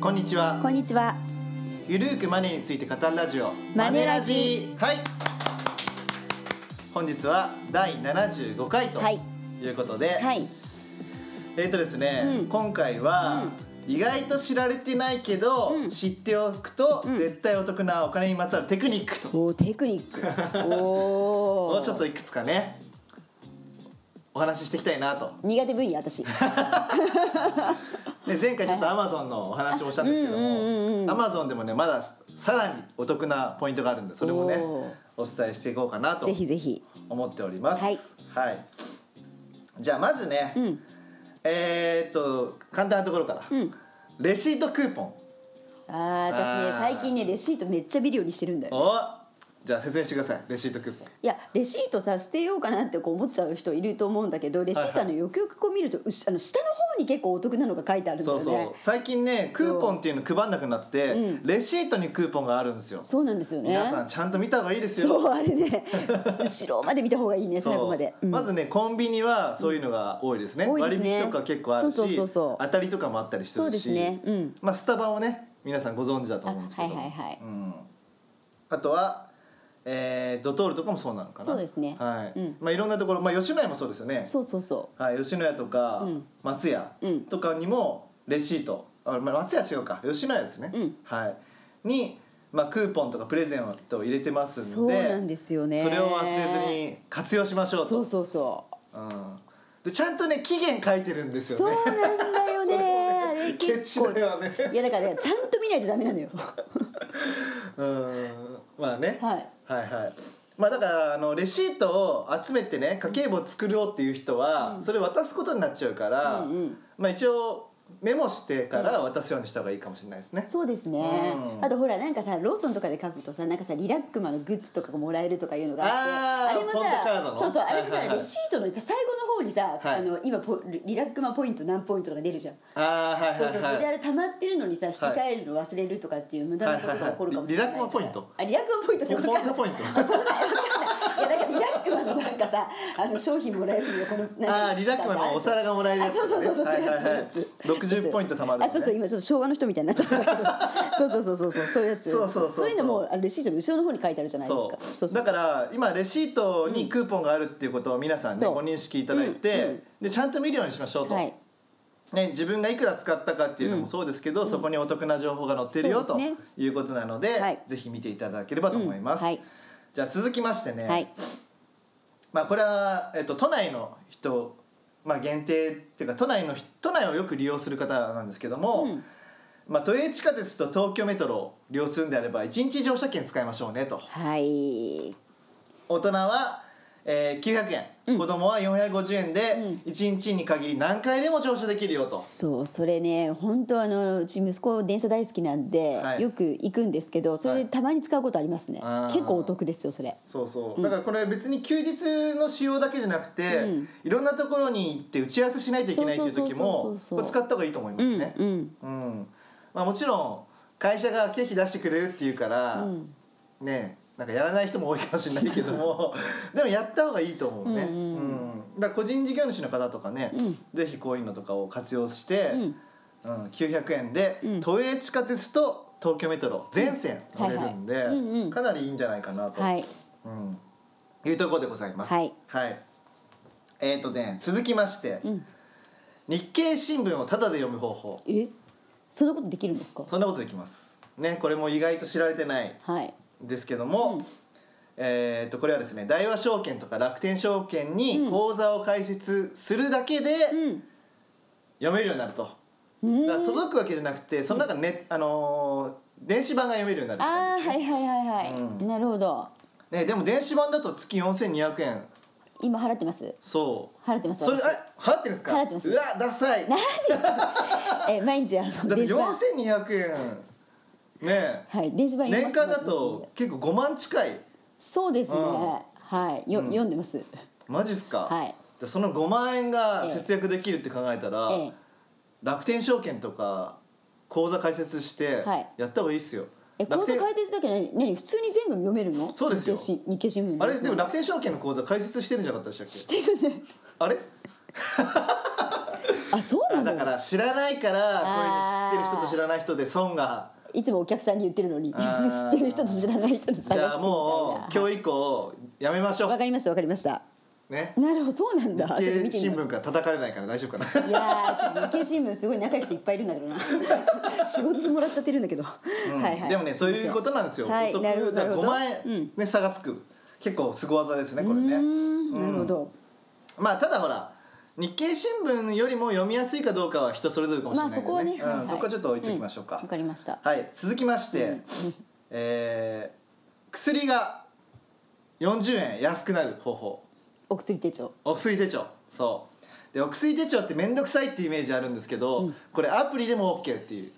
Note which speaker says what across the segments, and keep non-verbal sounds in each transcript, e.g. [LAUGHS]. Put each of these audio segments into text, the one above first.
Speaker 1: こんにちは
Speaker 2: こんにちは。
Speaker 1: ゆるーくマネーについて語るラジオ
Speaker 2: マネラジ
Speaker 1: はい本日は第75回と
Speaker 2: はい
Speaker 1: いうことで、
Speaker 2: はい。
Speaker 1: えっとですね、
Speaker 2: うん
Speaker 1: 今回は、意外と知られてないけど、
Speaker 2: うん
Speaker 1: 知っておくと、
Speaker 2: うん
Speaker 1: 絶対お得なお金にまつわるテクニックと
Speaker 2: おおテク
Speaker 1: [LAUGHS]
Speaker 2: ニック。お
Speaker 1: を
Speaker 2: お。
Speaker 1: ちょっといくつかねお話ししていきたいなと
Speaker 2: 苦手分
Speaker 1: [LAUGHS]
Speaker 2: 野私。
Speaker 1: で前回ちょっとアマゾンのお話をしたんですけど
Speaker 2: うんうんうんう
Speaker 1: も
Speaker 2: ん
Speaker 1: アマゾンでもねまださらにお得なポイントがあるんでそれもねお伝えしていこうかなと
Speaker 2: ぜひぜひ。
Speaker 1: 思っております
Speaker 2: はい、
Speaker 1: はいじゃあまずね、
Speaker 2: うん
Speaker 1: えーっと簡単なところから、
Speaker 2: うん。
Speaker 1: レシートクーポン
Speaker 2: ああ私ね
Speaker 1: あー
Speaker 2: 最近ねレシートめっちゃ見るようにしてるんだよ。
Speaker 1: おじゃあ説明してくださいレシートクーポン
Speaker 2: いやレシートさ捨てようかなってこう思っちゃう人いると思うんだけどレシートあのよくよくこう見るとうしあの下の方に結構お得なのが書いてあるんだ
Speaker 1: そ
Speaker 2: よ
Speaker 1: う
Speaker 2: ね。
Speaker 1: そう最近ねクーポンっていうの配んなくなって、
Speaker 2: うん
Speaker 1: レシートにクーポンがあるんですよ
Speaker 2: そうなんですよね。
Speaker 1: 皆さんちゃんと見た方がいいですよ
Speaker 2: そうあれ
Speaker 1: [LAUGHS]
Speaker 2: ね後ろまで見た方がいいね最後まで。うん
Speaker 1: まずねコンビニはそういうのが多いですね,、
Speaker 2: うん多いで
Speaker 1: 割
Speaker 2: すね
Speaker 1: 引とか結構あるし
Speaker 2: そうそうそうそう
Speaker 1: 当たりとかもあったりして
Speaker 2: そう
Speaker 1: るし
Speaker 2: ですね。うん。
Speaker 1: まあ、スタバをね皆さんご存知だと思うんですけど
Speaker 2: あはいはいはい
Speaker 1: うん、あとは、えードトールとかもそうなのかな
Speaker 2: そうですね
Speaker 1: はい
Speaker 2: うん
Speaker 1: まあ、いろんなところ、まあ、吉野家もそうですよね、
Speaker 2: そうそうそ
Speaker 1: はい、吉野家とか、
Speaker 2: うん
Speaker 1: 松屋
Speaker 2: うん
Speaker 1: とかにもレシートあ、まあ、松屋違うか吉野家ですね、
Speaker 2: うん
Speaker 1: はい、に、まあ、クーポンとかプレゼントを入れてま
Speaker 2: う。
Speaker 1: す
Speaker 2: そ
Speaker 1: ん
Speaker 2: う
Speaker 1: で
Speaker 2: なんですよね。
Speaker 1: それを忘れずに活用しましょうと
Speaker 2: そうそうそう。
Speaker 1: うん、でちゃんとね期限書いてるんです
Speaker 2: そ
Speaker 1: よ
Speaker 2: う
Speaker 1: ね
Speaker 2: なんだよね。あれ
Speaker 1: [LAUGHS] ケチ
Speaker 2: 結構。
Speaker 1: だ
Speaker 2: い
Speaker 1: よね
Speaker 2: やだからねちゃんと見ないとダメなのよ。
Speaker 1: [LAUGHS] うんまあね、
Speaker 2: はい。
Speaker 1: はいはいまあだからあのレシートを集めてね家計簿作ろうっていう人は、それ渡すことになっちゃうから、
Speaker 2: うんうん
Speaker 1: まあ一応メモしてから渡すようにした方がいいかもしれないですね、
Speaker 2: そうですね
Speaker 1: う。ん
Speaker 2: あとほらなんかさローソンとかで書くとさなんかさリラックマのグッズとかがもらえるとかいうのが
Speaker 1: あ
Speaker 2: あ
Speaker 1: ー
Speaker 2: って、あれも
Speaker 1: ポイントカード
Speaker 2: さ
Speaker 1: の
Speaker 2: そうそうあれも
Speaker 1: はいはいは
Speaker 2: さ
Speaker 1: い
Speaker 2: レシートのさ最後の方にさ
Speaker 1: はい
Speaker 2: あの今ポリラックマポイント何ポイントとか出るじゃん。
Speaker 1: ああはい
Speaker 2: そう
Speaker 1: は
Speaker 2: そうそ
Speaker 1: い
Speaker 2: れで
Speaker 1: は
Speaker 2: あ
Speaker 1: い
Speaker 2: れ溜まってるのにさ引き換えるの忘れるとかっていう無駄なことが起こるかもしれないから。
Speaker 1: はいはいはいリラックマポイント
Speaker 2: あリラックマポイントって
Speaker 1: ポン [LAUGHS] ポンの。
Speaker 2: ことか
Speaker 1: ポイント
Speaker 2: いやなんかリラックマのなんかさあの商品もらえるのよこの
Speaker 1: ああリラックマのお皿がもらえるやつ、ね、
Speaker 2: あそうそうそうそう
Speaker 1: はいはい
Speaker 2: そう
Speaker 1: はい
Speaker 2: いうやつ
Speaker 1: 60ポイント貯まる、ね、
Speaker 2: あそうそう今ちょっと昭和の人みたいになっちゃ
Speaker 1: [LAUGHS]
Speaker 2: ったけどそうそうそうそうそうそういうやつ
Speaker 1: そうそうそうそう
Speaker 2: いうのもあのレシートの後ろの方に書いてあるじゃないです
Speaker 1: そ
Speaker 2: か
Speaker 1: う
Speaker 2: そうそ
Speaker 1: だ
Speaker 2: う
Speaker 1: から今レシートにクーポンがあるっていうことを皆さんね
Speaker 2: そう
Speaker 1: ご認識いただいて、
Speaker 2: うんうん
Speaker 1: でちゃんと見るようにしましょうと、
Speaker 2: はい
Speaker 1: ね、自分がいくら使ったかっていうのもそうですけど、そこにお得な情報が載ってるよ、
Speaker 2: そうですね
Speaker 1: ということなので、
Speaker 2: はい
Speaker 1: ぜひ見ていただければと思います、
Speaker 2: うんはい
Speaker 1: じゃあ続きましてね、
Speaker 2: はい
Speaker 1: まあ、これは、えっと、都内の人、まあ、限定っていうか都内の人都内をよく利用する方なんですけども、
Speaker 2: うん
Speaker 1: まあ、都営地下鉄と東京メトロを利用するんであれば1日乗車券使いましょうねと。
Speaker 2: はい
Speaker 1: 大人は、えー、900円、子供は450円で、1日に限り何回でも乗車できるよと、
Speaker 2: そうそれね本当あのうち息子電車大好きなんで、
Speaker 1: はい
Speaker 2: よく行くんですけどそれでたまに使うことありますね、
Speaker 1: あー
Speaker 2: 結構お得ですよそれ
Speaker 1: そうそうだからこれ別に休日の使用だけじゃなくて、
Speaker 2: うん
Speaker 1: いろんなところに行って打ち合わせしないといけないっていう時も
Speaker 2: そうそうそうそうそ
Speaker 1: こ
Speaker 2: う
Speaker 1: れ使った方がいいと思いますね。
Speaker 2: うんうん
Speaker 1: うんまあ、もちろん会社が経費出してくれるっていうから、
Speaker 2: ん
Speaker 1: ねなんかやらない人も多いかもしれないけど
Speaker 2: [LAUGHS]
Speaker 1: もでもやった方がいいと思うね。
Speaker 2: うんうん
Speaker 1: うんだから個人事業主の方とかね、
Speaker 2: うん
Speaker 1: ぜひこういうのとかを活用して、
Speaker 2: うん
Speaker 1: うん900円で、
Speaker 2: うん
Speaker 1: 都営地下鉄と東京メトロ全線乗れるんで、
Speaker 2: はいはいうんうん
Speaker 1: かなりいいんじゃないかなと。
Speaker 2: はい
Speaker 1: うん、いうところでございます。
Speaker 2: はい。
Speaker 1: えっ、とね、続きまして、
Speaker 2: うん
Speaker 1: 日経新聞をタダで読む方法。
Speaker 2: えそんなことできるんですか
Speaker 1: そんなことできます。ね、これも意外と知られてない
Speaker 2: はい
Speaker 1: ですけども。
Speaker 2: うん
Speaker 1: えっとこれはですね大和証券とか楽天証券に口座を開設するだけで
Speaker 2: うん
Speaker 1: 読めるようになると、
Speaker 2: うん
Speaker 1: だから届くわけじゃなくてその中にね、あのー電子版が読めるようになるって感じ
Speaker 2: ああはいはいはいはい、
Speaker 1: うん
Speaker 2: なるほど
Speaker 1: ね、でも電子版だと月4200円
Speaker 2: 今払ってます
Speaker 1: そう
Speaker 2: 払ってます
Speaker 1: それ
Speaker 2: 私
Speaker 1: あれ払ってるんですか
Speaker 2: 払ってます
Speaker 1: うわダサいだ
Speaker 2: [LAUGHS] え毎日あの
Speaker 1: って
Speaker 2: 電子版
Speaker 1: 4200円
Speaker 2: [LAUGHS]
Speaker 1: ね
Speaker 2: はい電子版
Speaker 1: え
Speaker 2: 読
Speaker 1: 年
Speaker 2: ま
Speaker 1: 間だ
Speaker 2: せてもらってます
Speaker 1: と結構5万近い
Speaker 2: そうですね、
Speaker 1: うん
Speaker 2: はいよ、読んでます
Speaker 1: マジっすか、
Speaker 2: はい
Speaker 1: じゃあその5万円が節約できるって考えたら、
Speaker 2: ええ
Speaker 1: 楽天証券とか口座開設して
Speaker 2: はい
Speaker 1: やった方がいいっすよ、
Speaker 2: え口
Speaker 1: 楽
Speaker 2: 座
Speaker 1: 天
Speaker 2: 解説だけ何何普通に全部読めるの
Speaker 1: そうですよ
Speaker 2: 日経新日経新聞
Speaker 1: あれでも
Speaker 2: な
Speaker 1: 楽天証券の口座開設してるんじゃなかったでしたっけ
Speaker 2: してるね
Speaker 1: あれ
Speaker 2: あそうな
Speaker 1: あ
Speaker 2: の
Speaker 1: だから知らないからこういうの知ってる人と知らない人で損が
Speaker 2: いつもお客さんに言ってるのに知
Speaker 1: あー
Speaker 2: ってる人と知らない人の差
Speaker 1: じゃ
Speaker 2: が
Speaker 1: あ
Speaker 2: つくみ
Speaker 1: もう
Speaker 2: たい
Speaker 1: 今日以降やめまし
Speaker 2: な
Speaker 1: ょ
Speaker 2: わ
Speaker 1: う
Speaker 2: かりましたわかりました
Speaker 1: ね
Speaker 2: なるほどそうなんだ
Speaker 1: 日
Speaker 2: 後で見
Speaker 1: 経
Speaker 2: てみ
Speaker 1: 新
Speaker 2: ま
Speaker 1: 聞
Speaker 2: す
Speaker 1: から叩かれないから大丈夫かな
Speaker 2: いやーちょっと日経新聞すごい仲いい人いっぱいいるんだけど
Speaker 1: [LAUGHS]
Speaker 2: な仕事もらっちゃってるんだけど、
Speaker 1: うん
Speaker 2: はいはい
Speaker 1: でもねそういうことなんですよ、
Speaker 2: はい
Speaker 1: お得
Speaker 2: なるほど
Speaker 1: だから
Speaker 2: なるほ
Speaker 1: 5
Speaker 2: ど
Speaker 1: 万
Speaker 2: う
Speaker 1: 円
Speaker 2: ん、
Speaker 1: ね、差がつく結構すご技ですねこ
Speaker 2: う
Speaker 1: れね
Speaker 2: ーんなるほど、
Speaker 1: まあただほら日経新聞よりも読みやすいかどうかは人それぞれかもしれ
Speaker 2: ま
Speaker 1: な
Speaker 2: あ
Speaker 1: いけ
Speaker 2: そこ
Speaker 1: ど
Speaker 2: はね、
Speaker 1: ね
Speaker 2: はいは
Speaker 1: うん
Speaker 2: い
Speaker 1: そこはちょっと置いておきましょうか
Speaker 2: んわ、かりました
Speaker 1: はい続きまして、えー薬が40円安くなる方法
Speaker 2: お薬手帳
Speaker 1: お薬手帳そうでお薬手帳って面倒くさいってイメージあるんですけど、
Speaker 2: うん
Speaker 1: これアプリでも OK っていう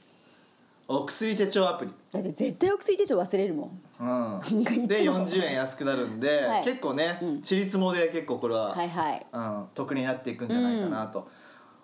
Speaker 1: お薬手帳アプリ
Speaker 2: だって絶対お薬手帳忘れるもん
Speaker 1: うん
Speaker 2: [LAUGHS] かいつも
Speaker 1: で40円安くなるんで、
Speaker 2: はい
Speaker 1: 結構ね
Speaker 2: うん
Speaker 1: ちりつもで結構これは、
Speaker 2: はいはい
Speaker 1: うん、得になっていくんじゃないかなと、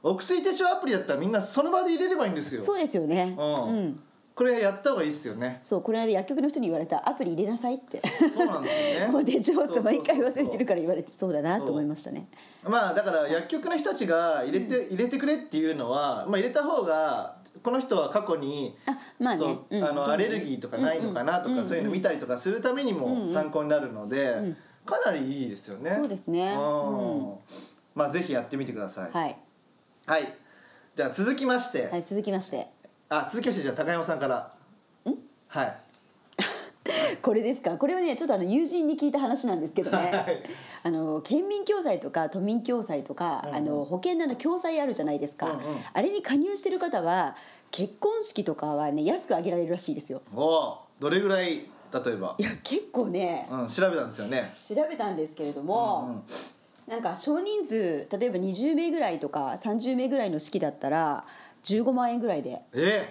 Speaker 1: お薬手帳アプリだったらみんなその場で入れればいいんですよ
Speaker 2: そうですよね
Speaker 1: うん
Speaker 2: うん
Speaker 1: これやった方がいいですよね
Speaker 2: そうこの間薬局の人に言われたアプリ入れなさいって
Speaker 1: そうなんですよね
Speaker 2: [LAUGHS] もう手帳を毎回忘れてる
Speaker 1: か
Speaker 2: から言われてそうだなと思いましたね
Speaker 1: らまあだから薬局の人たちが入れて、入れてくれっていうのは、まあ、入れた方がこの人は過去に
Speaker 2: あまあね
Speaker 1: そう
Speaker 2: うん
Speaker 1: あのアレルギーとかないのかなとか、そういうの見たりとかするためにも参考になるので、
Speaker 2: ん
Speaker 1: かなりいいですよね。
Speaker 2: そうですね
Speaker 1: うん
Speaker 2: う
Speaker 1: まあぜひやってみてください。はい。
Speaker 2: はい
Speaker 1: じゃあ続きまして、
Speaker 2: はい続きまして
Speaker 1: あ続きましてじゃあ高山さんから。はい。
Speaker 2: これですかこれはねちょっとあの友人に聞いた話なんですけどね、
Speaker 1: はい
Speaker 2: あの県民共済とか都民共済とか、
Speaker 1: うんうん
Speaker 2: あの保険など共済あるじゃないですか、
Speaker 1: うんうん
Speaker 2: あれに加入してる方は結婚式とかはね安く上げられるらしいですよ
Speaker 1: おおどれぐらい例えば
Speaker 2: い、や結構ね、
Speaker 1: うん、調べたんですよね。
Speaker 2: 調べたんですけれども、
Speaker 1: うん
Speaker 2: なんか少人数例えば20名ぐらいとか30名ぐらいの式だったら15万円ぐらいで
Speaker 1: えー、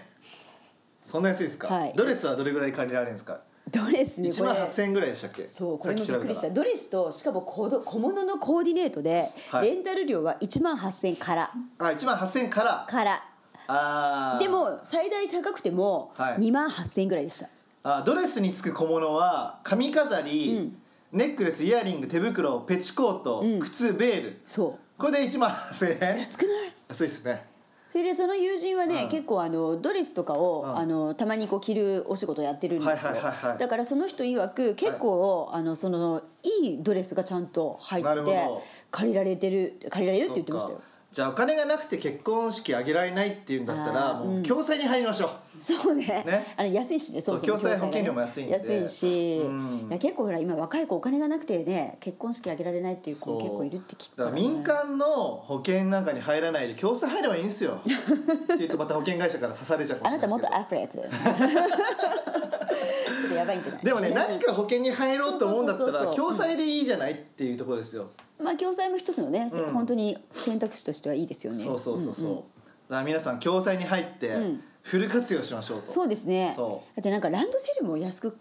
Speaker 1: そんな安いですか、
Speaker 2: はい
Speaker 1: ドレスはどれぐらい借りられるんですか。
Speaker 2: ドレスに
Speaker 1: 一
Speaker 2: これ
Speaker 1: 万八千円ぐらいでしたっけ。
Speaker 2: そうこれ
Speaker 1: さ
Speaker 2: も
Speaker 1: き
Speaker 2: び
Speaker 1: 調
Speaker 2: っ
Speaker 1: べ
Speaker 2: くりした
Speaker 1: ら
Speaker 2: ドレスとしかもコード小物のコーディネートで、
Speaker 1: はい
Speaker 2: レンタル料は1万8000円から
Speaker 1: あ、一万八千円から。
Speaker 2: から
Speaker 1: ああ。
Speaker 2: でも最大高くても
Speaker 1: はい
Speaker 2: 2万8000円ぐらいでした、
Speaker 1: あドレスにつく小物は髪飾り、
Speaker 2: うん
Speaker 1: ネックレスイヤリング手袋ペチコート、
Speaker 2: うん
Speaker 1: 靴ベール
Speaker 2: そ
Speaker 1: これで1万8000
Speaker 2: う
Speaker 1: 円
Speaker 2: 安くない
Speaker 1: 安いですね
Speaker 2: それでその友人はね、
Speaker 1: うん
Speaker 2: 結構あのドレスとかを、
Speaker 1: うん
Speaker 2: あのたまにこう着るお仕事やってるんですよ、
Speaker 1: はいはいはいはい
Speaker 2: だからその人曰く結構、い、あのそのいいドレスがちゃんと入
Speaker 1: な
Speaker 2: っ
Speaker 1: るほ
Speaker 2: てて
Speaker 1: ど
Speaker 2: 借りられてる借りられるって言ってましたよ
Speaker 1: そっかじゃあお金がなくて結婚式あげられないっていうんだったら
Speaker 2: あー
Speaker 1: も
Speaker 2: う
Speaker 1: うん共済に入りましょう、
Speaker 2: そうね
Speaker 1: ね
Speaker 2: あの安いしね
Speaker 1: そう
Speaker 2: もも
Speaker 1: 共済
Speaker 2: がね
Speaker 1: 保険料も安いんで
Speaker 2: 安いし、
Speaker 1: うん
Speaker 2: いや結構ほら今若い子お金がなくてね結婚式あげられないっていう子も結構いるって聞くか、
Speaker 1: だからら
Speaker 2: ね、
Speaker 1: 民間の保険なんかに入らないで共済入ればいいんですよって言うとまた保険会社から刺されちゃうかも
Speaker 2: [LAUGHS] あ
Speaker 1: しれ
Speaker 2: な
Speaker 1: な
Speaker 2: た
Speaker 1: いですけど
Speaker 2: 元アフ
Speaker 1: [LAUGHS]
Speaker 2: レックだよねちょっとやばいんじゃない
Speaker 1: でもね何か保険に入ろうと思うんだった
Speaker 2: そうそ
Speaker 1: ら
Speaker 2: うそうそう
Speaker 1: 共済でいいじゃないっていうところですよ、
Speaker 2: まあ共済も一つのね、
Speaker 1: うん
Speaker 2: 本当に選択肢としてはいいですよね
Speaker 1: そうそうそうそう、
Speaker 2: んん
Speaker 1: だから皆さん共済に入って
Speaker 2: うん
Speaker 1: フル活用しましょうと、
Speaker 2: そうですね
Speaker 1: そ
Speaker 2: だってなんかランドセルも安く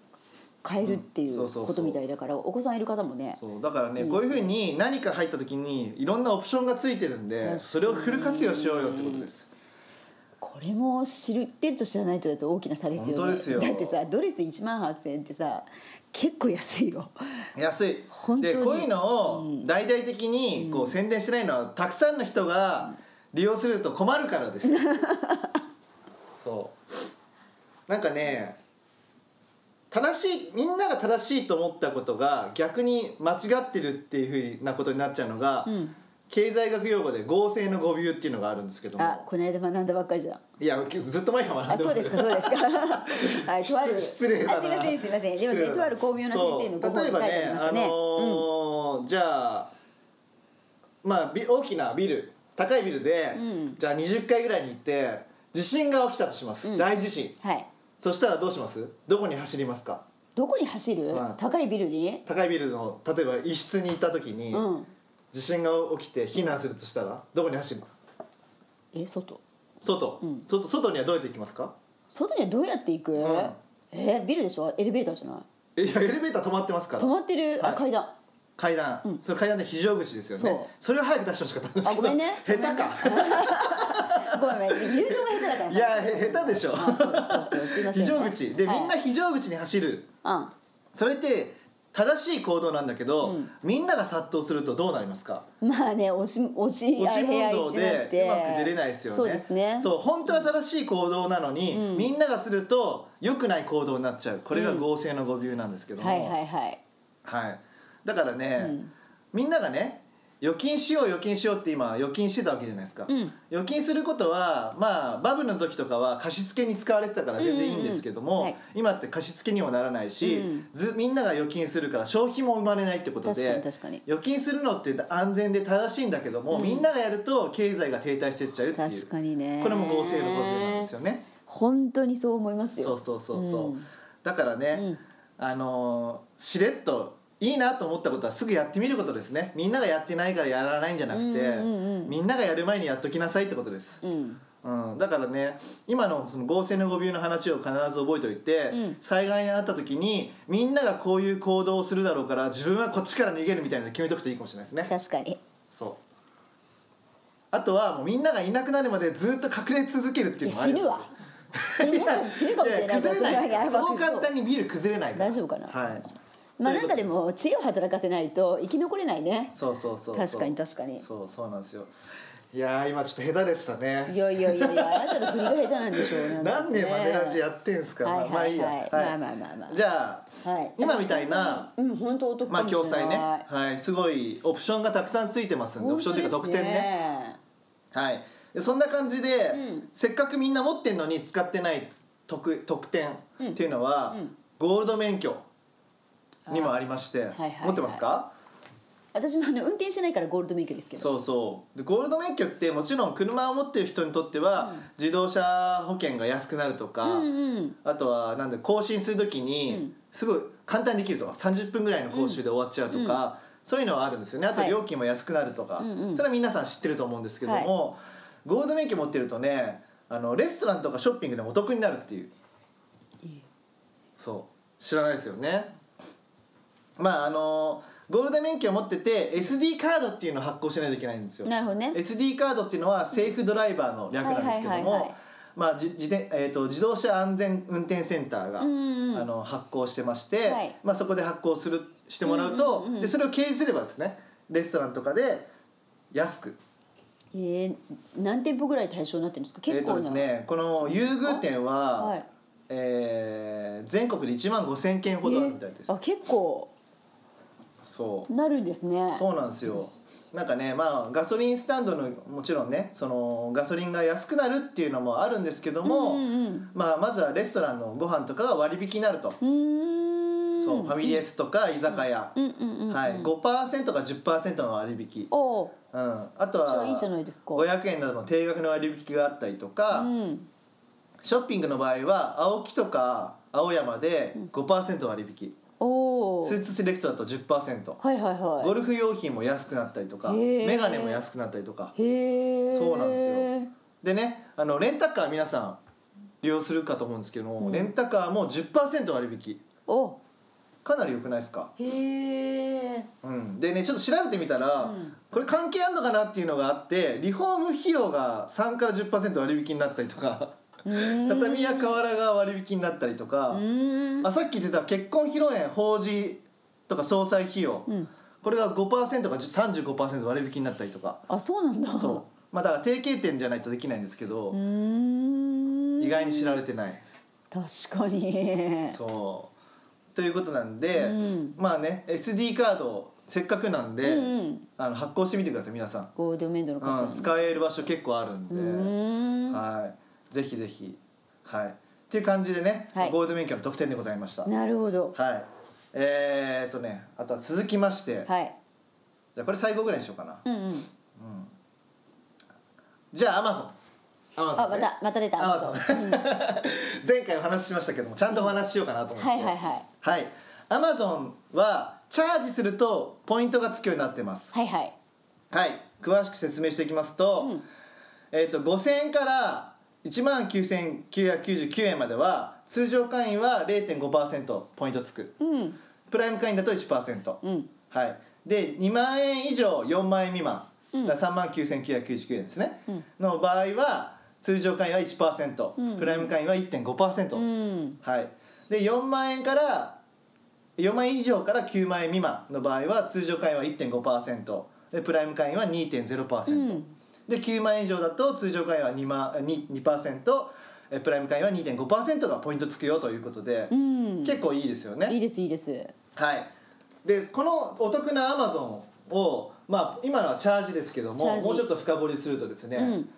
Speaker 2: 買えるってい
Speaker 1: んそう
Speaker 2: う
Speaker 1: そうそう
Speaker 2: ことみたいだからお子さんいる方もね
Speaker 1: そうだからね
Speaker 2: いいですね
Speaker 1: こういうふうに何か入った時にいろんなオプションがついてるん
Speaker 2: 確か
Speaker 1: で
Speaker 2: に
Speaker 1: それをフル活用しようよってことです
Speaker 2: これも知ってると知らないとだと大きな差ですよね
Speaker 1: 本当ですよ
Speaker 2: だってさドレス1万8000円ってさ結構安いよ
Speaker 1: 安い
Speaker 2: 本当
Speaker 1: で
Speaker 2: に
Speaker 1: こういうのを大々的にこう宣伝してないのはたくさんの人が利用すると困るからです
Speaker 2: [LAUGHS]
Speaker 1: そうなんかね正しいみんなが正しいと思ったことが逆に間違ってるっていうふうなことになっちゃうのが、
Speaker 2: うん
Speaker 1: 経済学用語で合成の誤謬っていうのがあるんですけど
Speaker 2: あ
Speaker 1: も
Speaker 2: この間学んだばっかりじゃん
Speaker 1: いやずっと前から学ん
Speaker 2: あ、
Speaker 1: で
Speaker 2: そう
Speaker 1: ます
Speaker 2: ですか、そ
Speaker 1: [LAUGHS]
Speaker 2: うですか。はい、とある。
Speaker 1: 失礼だな
Speaker 2: あ、すみません、すみません、でも
Speaker 1: 失礼だ
Speaker 2: ね、
Speaker 1: な
Speaker 2: とある巧妙な先生のご
Speaker 1: そう
Speaker 2: 本
Speaker 1: 例え
Speaker 2: に
Speaker 1: ば
Speaker 2: 書
Speaker 1: ね
Speaker 2: いてありまし
Speaker 1: あの
Speaker 2: たね。うん
Speaker 1: ーじゃあまあび大きなビル高いビルで、
Speaker 2: うん
Speaker 1: じゃあ20階ぐらいに行って地震が起きたとします、
Speaker 2: うん
Speaker 1: 大地震
Speaker 2: はい。
Speaker 1: そしたらどうしますどこに走りますか
Speaker 2: どこに走る
Speaker 1: はい？
Speaker 2: 高いビルに？
Speaker 1: 高いビルの例えば一室に行った時に、
Speaker 2: うん。
Speaker 1: 地震が起きて避難するとしたらどこに走る
Speaker 2: え、外。
Speaker 1: 外、
Speaker 2: うん
Speaker 1: 外外にはどうやって行きますか
Speaker 2: 外にはどうやって行く
Speaker 1: ん？
Speaker 2: え、ビルでしょ？エレベーターじゃない？
Speaker 1: えいやエレベーター止まってますか
Speaker 2: 止
Speaker 1: ら
Speaker 2: まってる。
Speaker 1: は
Speaker 2: あ、
Speaker 1: い
Speaker 2: 階段。
Speaker 1: 階段、
Speaker 2: うん
Speaker 1: それ階段で非常口ですよね
Speaker 2: そう
Speaker 1: それを早く出してほしかったんですけど
Speaker 2: あ、ごめんね。
Speaker 1: 下手か
Speaker 2: [LAUGHS] ごめんごめん。誘導が下手だから
Speaker 1: い
Speaker 2: さ。
Speaker 1: やへ下手でしょ
Speaker 2: あそうですそうですすいません
Speaker 1: 非
Speaker 2: ね。
Speaker 1: 常口でみんな
Speaker 2: はい
Speaker 1: 非常口に走る、
Speaker 2: うん。
Speaker 1: それって正しい行動なんだけど、
Speaker 2: うん
Speaker 1: みんなが殺到するとどうなりますか
Speaker 2: まあね押し押し
Speaker 1: 押し問答
Speaker 2: 部屋一になっ
Speaker 1: で
Speaker 2: て
Speaker 1: うまく出れないですよね
Speaker 2: そうですね
Speaker 1: そう本当は正しい行動なのに、
Speaker 2: うん
Speaker 1: みんながすると良くない行動になっちゃうこれが合成の語流なんですけども、
Speaker 2: はいはいはい
Speaker 1: はいだからね、
Speaker 2: うん
Speaker 1: みんながね預金しよう預金しようって今預金してたわけじゃないですか、
Speaker 2: うん
Speaker 1: 預金することはまあバブルの時とかは貸し付けに使われてたから全然いいんですけども、
Speaker 2: うんうんうんはい
Speaker 1: 今って貸し付けにもならないし、
Speaker 2: うん
Speaker 1: ずみんなが預金するから消費も生まれないってこと
Speaker 2: 確かに
Speaker 1: で
Speaker 2: 確かに
Speaker 1: 預金するのって安全で正しいんだけども、
Speaker 2: うん
Speaker 1: みんながやると経済が停滞してっちゃうっていう
Speaker 2: 確かにね
Speaker 1: これも合成の部分なんですよね。
Speaker 2: 本当にそう思いますよ
Speaker 1: そうそうそうそう、
Speaker 2: うん
Speaker 1: だからね、
Speaker 2: うん
Speaker 1: あのーしれっといいなと思ったことはすぐやってみることですねみんながやってないからやらないんじゃなくて、
Speaker 2: うんうんうん
Speaker 1: みんながやる前にやっときなさいってことです、
Speaker 2: うん
Speaker 1: うん、だからね今のその合成の誤病の話を必ず覚えておいて、
Speaker 2: うん
Speaker 1: 災害に遭った時にみんながこういう行動をするだろうから自分はこっちから逃げるみたいなの決めとくといいかもしれないですね
Speaker 2: 確かに
Speaker 1: そうあとはもうみんながいなくなるまでずっと隠れ続けるっていうのがあ
Speaker 2: 死
Speaker 1: る
Speaker 2: ぬわその中で死ぬかもしれない
Speaker 1: や崩れない
Speaker 2: から
Speaker 1: そ
Speaker 2: の
Speaker 1: う
Speaker 2: 中に
Speaker 1: 簡
Speaker 2: あるわけ
Speaker 1: 単にビール崩れないから
Speaker 2: 大丈夫かな
Speaker 1: はい
Speaker 2: まあなんかでも知恵を働かせないと生き残れないね
Speaker 1: そうそうそうそう
Speaker 2: 確かに確かに
Speaker 1: そうそうなんですよいやー今ちょっと下手でした
Speaker 2: い
Speaker 1: ね
Speaker 2: やいやいやいやあなたの振りが下手なんでしょうね
Speaker 1: [LAUGHS] 何年マネラジやってんすか、
Speaker 2: はい
Speaker 1: まあ
Speaker 2: はい
Speaker 1: いいや、
Speaker 2: はいまあまあまあまあ
Speaker 1: じゃあ、
Speaker 2: はい
Speaker 1: 今みたいな
Speaker 2: うん本当お得
Speaker 1: ま
Speaker 2: か
Speaker 1: あ
Speaker 2: もしれ
Speaker 1: 共
Speaker 2: ない
Speaker 1: 済ねはいすごいオプションがたくさんついてますんでオプションっていうか特典ねはいでそんな感じで、
Speaker 2: うん
Speaker 1: せっかくみんな持ってんのに使ってない特特典っていうのは、
Speaker 2: うんうん
Speaker 1: ゴールド免許にもありまして、
Speaker 2: はいはいはい
Speaker 1: 持ってますか
Speaker 2: 私もあの運転してないからゴールド免許ですけど
Speaker 1: そうそうでゴールド免許ってもちろん車を持ってる人にとっては、
Speaker 2: うん
Speaker 1: 自動車保険が安くなるとか、
Speaker 2: うんうん
Speaker 1: あとはなんで更新するとき
Speaker 2: う
Speaker 1: に
Speaker 2: ん
Speaker 1: すごい簡単にできるとか30分ぐらいの講習で終わっちゃうとか、そういうのはあるんですよねあと
Speaker 2: はい
Speaker 1: 料金も安くなるとか、
Speaker 2: うんうん
Speaker 1: それは皆さん知ってると思うんですけども、ゴールド免許持ってるとねあのレストランとかショッピングでもお得になるっていうそう知らないですよねまああのゴールド免許を持ってて SD カードっていうのを発行しないといけないんですよ
Speaker 2: なるほどね
Speaker 1: SD カードっていうのはセーフドライバーの略なんですけど
Speaker 2: はいはいはいはい
Speaker 1: もまあじ自転えー、と自動車安全運転センターが、
Speaker 2: うんうん
Speaker 1: あの発行してまして、
Speaker 2: はい
Speaker 1: まあ、そこで発行するしてもらうと、
Speaker 2: うんうんうん
Speaker 1: でそれを掲示すればですねレストランとかで安く
Speaker 2: えー何店舗ぐらい対象になってるんですか結
Speaker 1: えー
Speaker 2: 構
Speaker 1: と
Speaker 2: な
Speaker 1: ですね、この優遇店は、
Speaker 2: はい
Speaker 1: えー全国で1万5,000件ほどあるみたいです、
Speaker 2: えーあ結構
Speaker 1: そう
Speaker 2: なるんですね
Speaker 1: そうなんですよなんかねまあガソリンスタンドのもちろんねそのガソリンが安くなるっていうのもあるんですけども、
Speaker 2: うんうん
Speaker 1: まあ、まずはレストランのご飯とかが割引になると、
Speaker 2: うーん
Speaker 1: そうファミレスとか居酒屋、
Speaker 2: うんうんうんうん
Speaker 1: はい、5%か10%の割引、うん、
Speaker 2: おお
Speaker 1: あと
Speaker 2: じゃあ
Speaker 1: はい
Speaker 2: いじゃないですか
Speaker 1: 500円などの定額の割引があったりとか、
Speaker 2: うん
Speaker 1: ショッピングの場合は青木とか青山で5%割引、
Speaker 2: おお
Speaker 1: スーツセレクトだと10%
Speaker 2: はいはいはい
Speaker 1: ゴルフ用品も安くなったりとか
Speaker 2: へー
Speaker 1: メガネも安くなったりとか
Speaker 2: へえ
Speaker 1: そうなんですでねあのレンタカー皆さん利用するかと思うんですけども、レンタカーも10%割引
Speaker 2: お
Speaker 1: かなり良くないですか、
Speaker 2: へえ
Speaker 1: うん、でねちょっと調べてみたら、
Speaker 2: うん
Speaker 1: これ関係あるのかなっていうのがあってリフォーム費用が3から10%割引になったりとか [LAUGHS] 畳や瓦が割引になったりとか、
Speaker 2: うん
Speaker 1: あさっき言ってた結婚披露宴法事とか葬祭費用、
Speaker 2: うん
Speaker 1: これが5%か35%割引になったりとか
Speaker 2: あそうなんだ
Speaker 1: そうまあだから定型点じゃないとできないんですけど、
Speaker 2: うーん
Speaker 1: 意外に知られてない。
Speaker 2: 確かに
Speaker 1: そうということなんで、
Speaker 2: うん
Speaker 1: まあね SD カードをせっかくなんで、
Speaker 2: うんうん
Speaker 1: あの発行してみてください皆さん、
Speaker 2: ゴールドメイドの方
Speaker 1: うん、使える場所結構あるんで、
Speaker 2: うーん
Speaker 1: はいぜひぜひはいっていう感じでね、
Speaker 2: はい
Speaker 1: ゴールド免許の特典でございました
Speaker 2: なるほど
Speaker 1: はいえー、っとねあとは続きまして、
Speaker 2: はい
Speaker 1: じゃあこれ最後ぐらいにしようかな、
Speaker 2: うんうん
Speaker 1: じゃあアマゾンアマ
Speaker 2: あ
Speaker 1: ゾ
Speaker 2: ま
Speaker 1: ンね
Speaker 2: たまた出た
Speaker 1: アマゾン [LAUGHS] 前回お話ししましたけどもちゃんとお話ししようかなと思って、
Speaker 2: はいはいはい
Speaker 1: はい、アマゾンはチャージするとポイントがつくようになってます。
Speaker 2: はいはい
Speaker 1: はい、詳しく説明していきますと、えっ、と5000円から1万9999円までは通常会員は0.5%ポイントつく。
Speaker 2: うん
Speaker 1: プライム会員だと1%。
Speaker 2: うん
Speaker 1: はい。で2万円以上4万円未満、
Speaker 2: うん
Speaker 1: だから3万9999円ですね、
Speaker 2: うん
Speaker 1: の場合は通常会員は1%、
Speaker 2: うん
Speaker 1: プライム会員は1.5%。
Speaker 2: うん
Speaker 1: はい、で4万円から4万円以上から9万円未満の場合は通常会員は1.5%でプライム会員は2.0%、
Speaker 2: うん
Speaker 1: で9万円以上だと通常会員は2万 2%, 2%えプライム会員は2.5%がポイントつくよということで、
Speaker 2: うん
Speaker 1: 結構いいですよね。
Speaker 2: いいですいいです
Speaker 1: はい、でこのお得なアマゾンを、まあ、今のはチャージですけど
Speaker 2: チャー
Speaker 1: も
Speaker 2: ジ
Speaker 1: もうちょっと深掘りするとですね、
Speaker 2: うん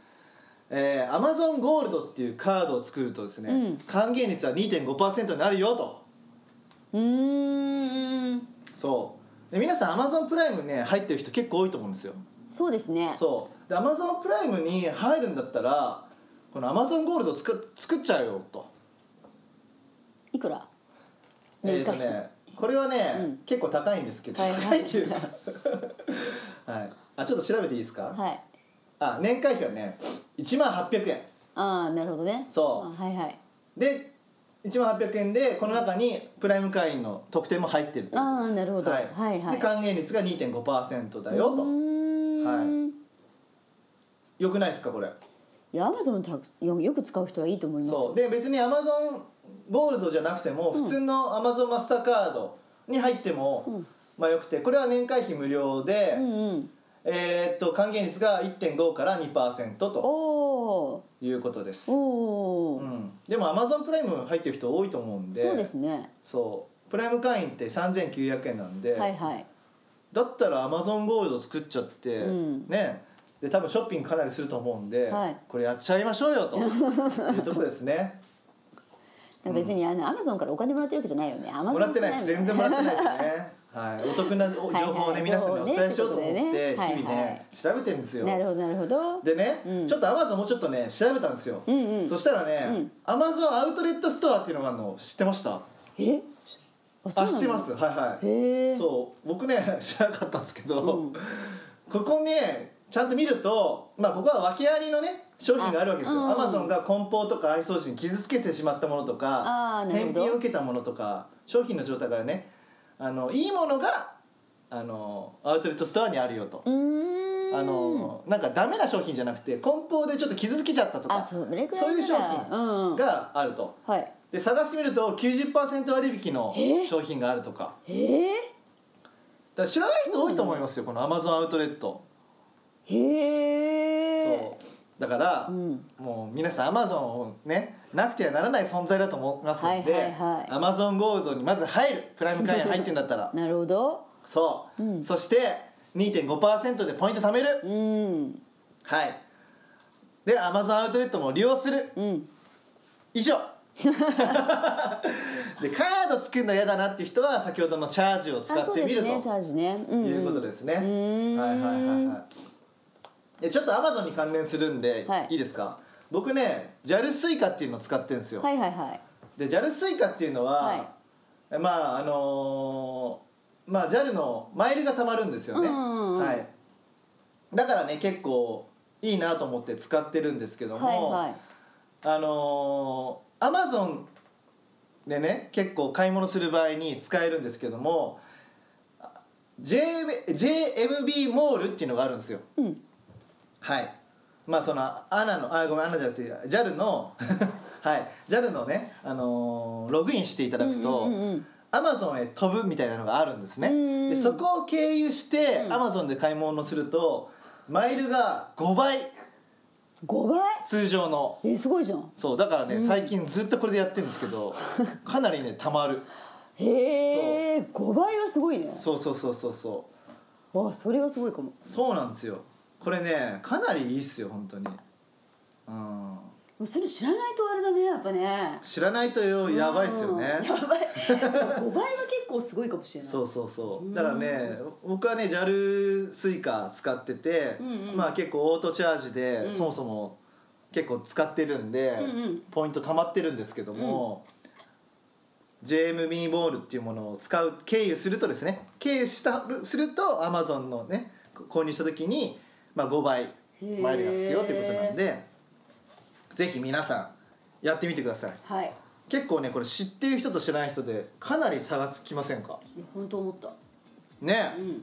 Speaker 1: えー、アマゾンゴールドっていうカードを作るとですね、
Speaker 2: うん
Speaker 1: 還元率は2.5%になるよと
Speaker 2: うーん
Speaker 1: そうで皆さんアマゾンプライムね入ってる人結構多いと思うんですよ
Speaker 2: そうですね
Speaker 1: そうでアマゾンプライムに入るんだったらこのアマゾンゴールド作作っちゃうよと、
Speaker 2: いくら
Speaker 1: えっ、と
Speaker 2: 年会費
Speaker 1: ねこれはね、
Speaker 2: うん
Speaker 1: 結構高いんですけど、
Speaker 2: はいはい
Speaker 1: 高いって
Speaker 2: [LAUGHS]
Speaker 1: いうかはいあちょっと調べていいですか、
Speaker 2: はい
Speaker 1: あ年会費はね1万800円
Speaker 2: ああなるほどね
Speaker 1: そう
Speaker 2: あはいはい
Speaker 1: で1万800円でこの中にプライム会員の特典も入ってるってことです
Speaker 2: あーなるほど
Speaker 1: はい
Speaker 2: はいはい
Speaker 1: で還元率が2.5%だよ
Speaker 2: う
Speaker 1: と
Speaker 2: ーん
Speaker 1: よくないですかこれ
Speaker 2: いやアマゾンたくよよく使う人はいいと思いますよ
Speaker 1: そうで別にアマゾンゴールドじゃなくても
Speaker 2: うん
Speaker 1: 普通のアマゾンマスターカードに入っても、
Speaker 2: うん
Speaker 1: まあよくてこれは年会費無料で、
Speaker 2: うんうん
Speaker 1: えーっと還元率が1.5から2%と
Speaker 2: おー
Speaker 1: いうことです、
Speaker 2: お
Speaker 1: う
Speaker 2: ー
Speaker 1: ん、でもアマゾンプライム入ってる人多いと思うんで
Speaker 2: そうですね
Speaker 1: そうプライム会員って3900円なんで、
Speaker 2: はいはい
Speaker 1: だったらアマゾンゴールド作っちゃって、
Speaker 2: うん
Speaker 1: ねで多分ショッピングかなりすると思うんで、
Speaker 2: はい
Speaker 1: これやっちゃいましょうよというとこですね
Speaker 2: だから別にあのアマゾンからお金もらってるわけじゃないよねアマ
Speaker 1: も
Speaker 2: ゾン
Speaker 1: らってないです全然もらってないですねはい、お得な情報を
Speaker 2: はいは
Speaker 1: ね
Speaker 2: い
Speaker 1: 皆さんにお伝えしようと思
Speaker 2: 情報
Speaker 1: っ
Speaker 2: をね
Speaker 1: て
Speaker 2: っ
Speaker 1: 日
Speaker 2: てことでね
Speaker 1: 々
Speaker 2: はいはい
Speaker 1: ね調べてるんですよ
Speaker 2: なるほどなるほど
Speaker 1: でね、
Speaker 2: うん
Speaker 1: ちょっとアマゾンもうちょっとね調べたんですよ、
Speaker 2: うんうん
Speaker 1: そしたら
Speaker 2: う
Speaker 1: ね
Speaker 2: ん
Speaker 1: アマゾンアウトレットストアっていうのがあるの知ってました
Speaker 2: えあ
Speaker 1: あ知ってますはいはい
Speaker 2: へえ
Speaker 1: そう僕ね [LAUGHS] 知らなかったんですけど、
Speaker 2: うん
Speaker 1: ここねちゃんと見ると、まあ、ここは訳ありのね商品があるわけですよ
Speaker 2: あ
Speaker 1: ア
Speaker 2: うん
Speaker 1: マゾンが梱包とか配送時に傷つけてしまったものと
Speaker 2: あ
Speaker 1: か
Speaker 2: ーなるほ
Speaker 1: 返
Speaker 2: ど
Speaker 1: 品を受けたものとか商品の状態がねあのいいものがあのアウトレットストアにあるよと、
Speaker 2: うーん
Speaker 1: あのなんかダメな商品じゃなくて梱包でちょっと傷つけちゃったとか
Speaker 2: あそれくらい
Speaker 1: そ
Speaker 2: なら
Speaker 1: ういう商
Speaker 2: う
Speaker 1: 品
Speaker 2: んうん
Speaker 1: があると、
Speaker 2: はい
Speaker 1: で探してみると90%割引の
Speaker 2: え
Speaker 1: 商品があるとか。
Speaker 2: へえ
Speaker 1: だから知らない人多いと思いますよ、このアマゾンアウトレット、
Speaker 2: へえ
Speaker 1: そうだから、
Speaker 2: うん
Speaker 1: もう皆さんアマゾンをねなくてはならない存在だと思いますんで、
Speaker 2: はいはいはい
Speaker 1: アマゾンゴールドにまず入るプライム会員入ってんだ
Speaker 2: [LAUGHS]
Speaker 1: ったら
Speaker 2: なるほど
Speaker 1: そう、
Speaker 2: うん
Speaker 1: そして2.5%でポイント貯める、
Speaker 2: うん
Speaker 1: はいでアマゾンアウトレットも利用する
Speaker 2: うん
Speaker 1: 以
Speaker 2: [LAUGHS]
Speaker 1: 上でカード作るの嫌だなっていう人は先ほどのチャージを使
Speaker 2: あ
Speaker 1: っ
Speaker 2: そう
Speaker 1: て
Speaker 2: で
Speaker 1: み
Speaker 2: す
Speaker 1: ると
Speaker 2: ねチャージねうん
Speaker 1: いうことですね。は
Speaker 2: う
Speaker 1: い
Speaker 2: ーん
Speaker 1: はいはいはい。でちょっとアマゾンに関連するんで、
Speaker 2: はい
Speaker 1: い、いですか。僕ね、JAL スイカっていうのを使ってるんですよ。
Speaker 2: はいはいはい
Speaker 1: で JAL スイカっていうのは、
Speaker 2: はい
Speaker 1: えまああのーまあ JAL のマイルが貯まるんですよね。
Speaker 2: うんうんうん
Speaker 1: はい。だからね結構いいなと思って使ってるんですけども、
Speaker 2: はいはい
Speaker 1: あのー、アマゾンでね結構買い物する場合に使えるんですけどもあ J JMB モールっていうのがあるんですよ
Speaker 2: うん
Speaker 1: はいまあそのアナのあごめんアナじゃなくて JAL の [LAUGHS] はい JAL のね、あのーログインしていただくと、
Speaker 2: うんうんうん
Speaker 1: アマゾンへ飛ぶみたいなのがあるんですね
Speaker 2: うん
Speaker 1: でそこを経由してアマゾンで買い物するとマイルが5倍
Speaker 2: 五倍
Speaker 1: 通常の
Speaker 2: えすごいじゃん
Speaker 1: そうだからね、最近ずっとこれでやってるんですけ [LAUGHS] どかなりねたまる
Speaker 2: へえ五倍はすごいね
Speaker 1: そうそうそうそうそう
Speaker 2: あそれはすごいかも
Speaker 1: そうなんですよこれねかなりいいっすよ本当にうん
Speaker 2: もうそれ知らないとあれだねやっぱね
Speaker 1: 知らないとよやばいっすよね
Speaker 2: うんやばい5倍は結構すごいかもしれない
Speaker 1: そうそうそうだからね僕はね JAL スイカ使ってて、
Speaker 2: うんうん
Speaker 1: まあ結構オートチャージで、
Speaker 2: うん
Speaker 1: そもそも結構使ってるんで、
Speaker 2: うんうん
Speaker 1: ポイント貯まってるんですけども、JMB ボールっていうものを使う経由するとですね経由したすると Amazon のね購入した時に、まあ、5倍
Speaker 2: ー
Speaker 1: マイルがつくよということなんでぜひ皆さんやってみてください
Speaker 2: はい
Speaker 1: 結構ねこれ知ってる人と知らない人でかなり差がつきませんか
Speaker 2: いや本当思った
Speaker 1: ね、
Speaker 2: うんい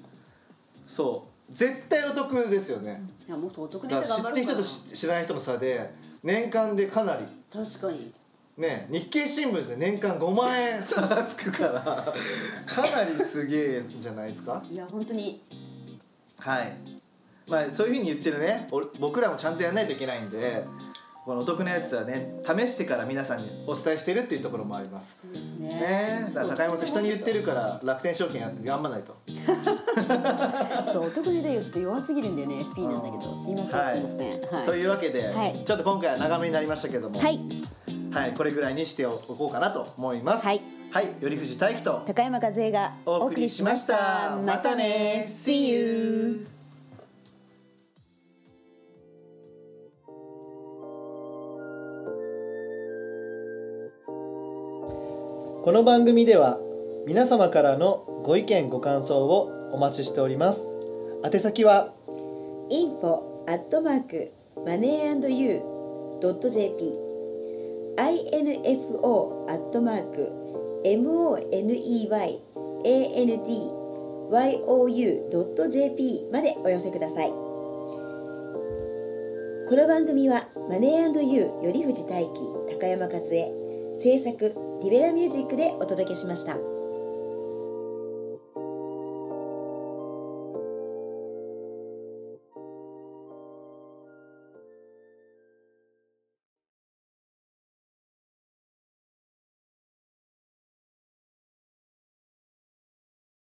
Speaker 1: そう絶対お得ですよね
Speaker 2: やもっとお得
Speaker 1: だ
Speaker 2: に
Speaker 1: から知っ
Speaker 2: 頑張ろ
Speaker 1: てる
Speaker 2: う
Speaker 1: 人
Speaker 2: か
Speaker 1: と
Speaker 2: な
Speaker 1: 知知らない人の差で年間でかなり
Speaker 2: 確かに
Speaker 1: ね日経新聞で年間5万円差がつくからかなりすげえんじゃないですか
Speaker 2: いや本当に
Speaker 1: はいまあそういうふうに言ってるね俺僕らもちゃんとやらないといけないんでこのお得なやつはね試してから皆さんにお伝えしてるっていうところもあります
Speaker 2: そうですね
Speaker 1: ねえだから高山さん人に言ってるから楽天証券やって頑張らないと
Speaker 2: そうお得値だよちょっと弱すぎるんだよね FP なんだけどすいません、
Speaker 1: はい
Speaker 2: すいませんはい
Speaker 1: というわけで、
Speaker 2: はい
Speaker 1: ちょっと今回は長めになりましたけども、
Speaker 2: はい
Speaker 1: はいこれぐらいにしておこうかなと思います。
Speaker 2: はい、
Speaker 1: よりふじ大輝と
Speaker 2: 高山和恵が
Speaker 1: お送りしました。またね、See you。この番組では皆様からのご意見ご感想をお待ちしております。宛先は
Speaker 2: info アットマークマネー and you ドット JP info アットマーク money and you ドット JP までお寄せくださいこの番組はマネー and you より藤大輝高山和恵制作リベラミュージックでお届けしました。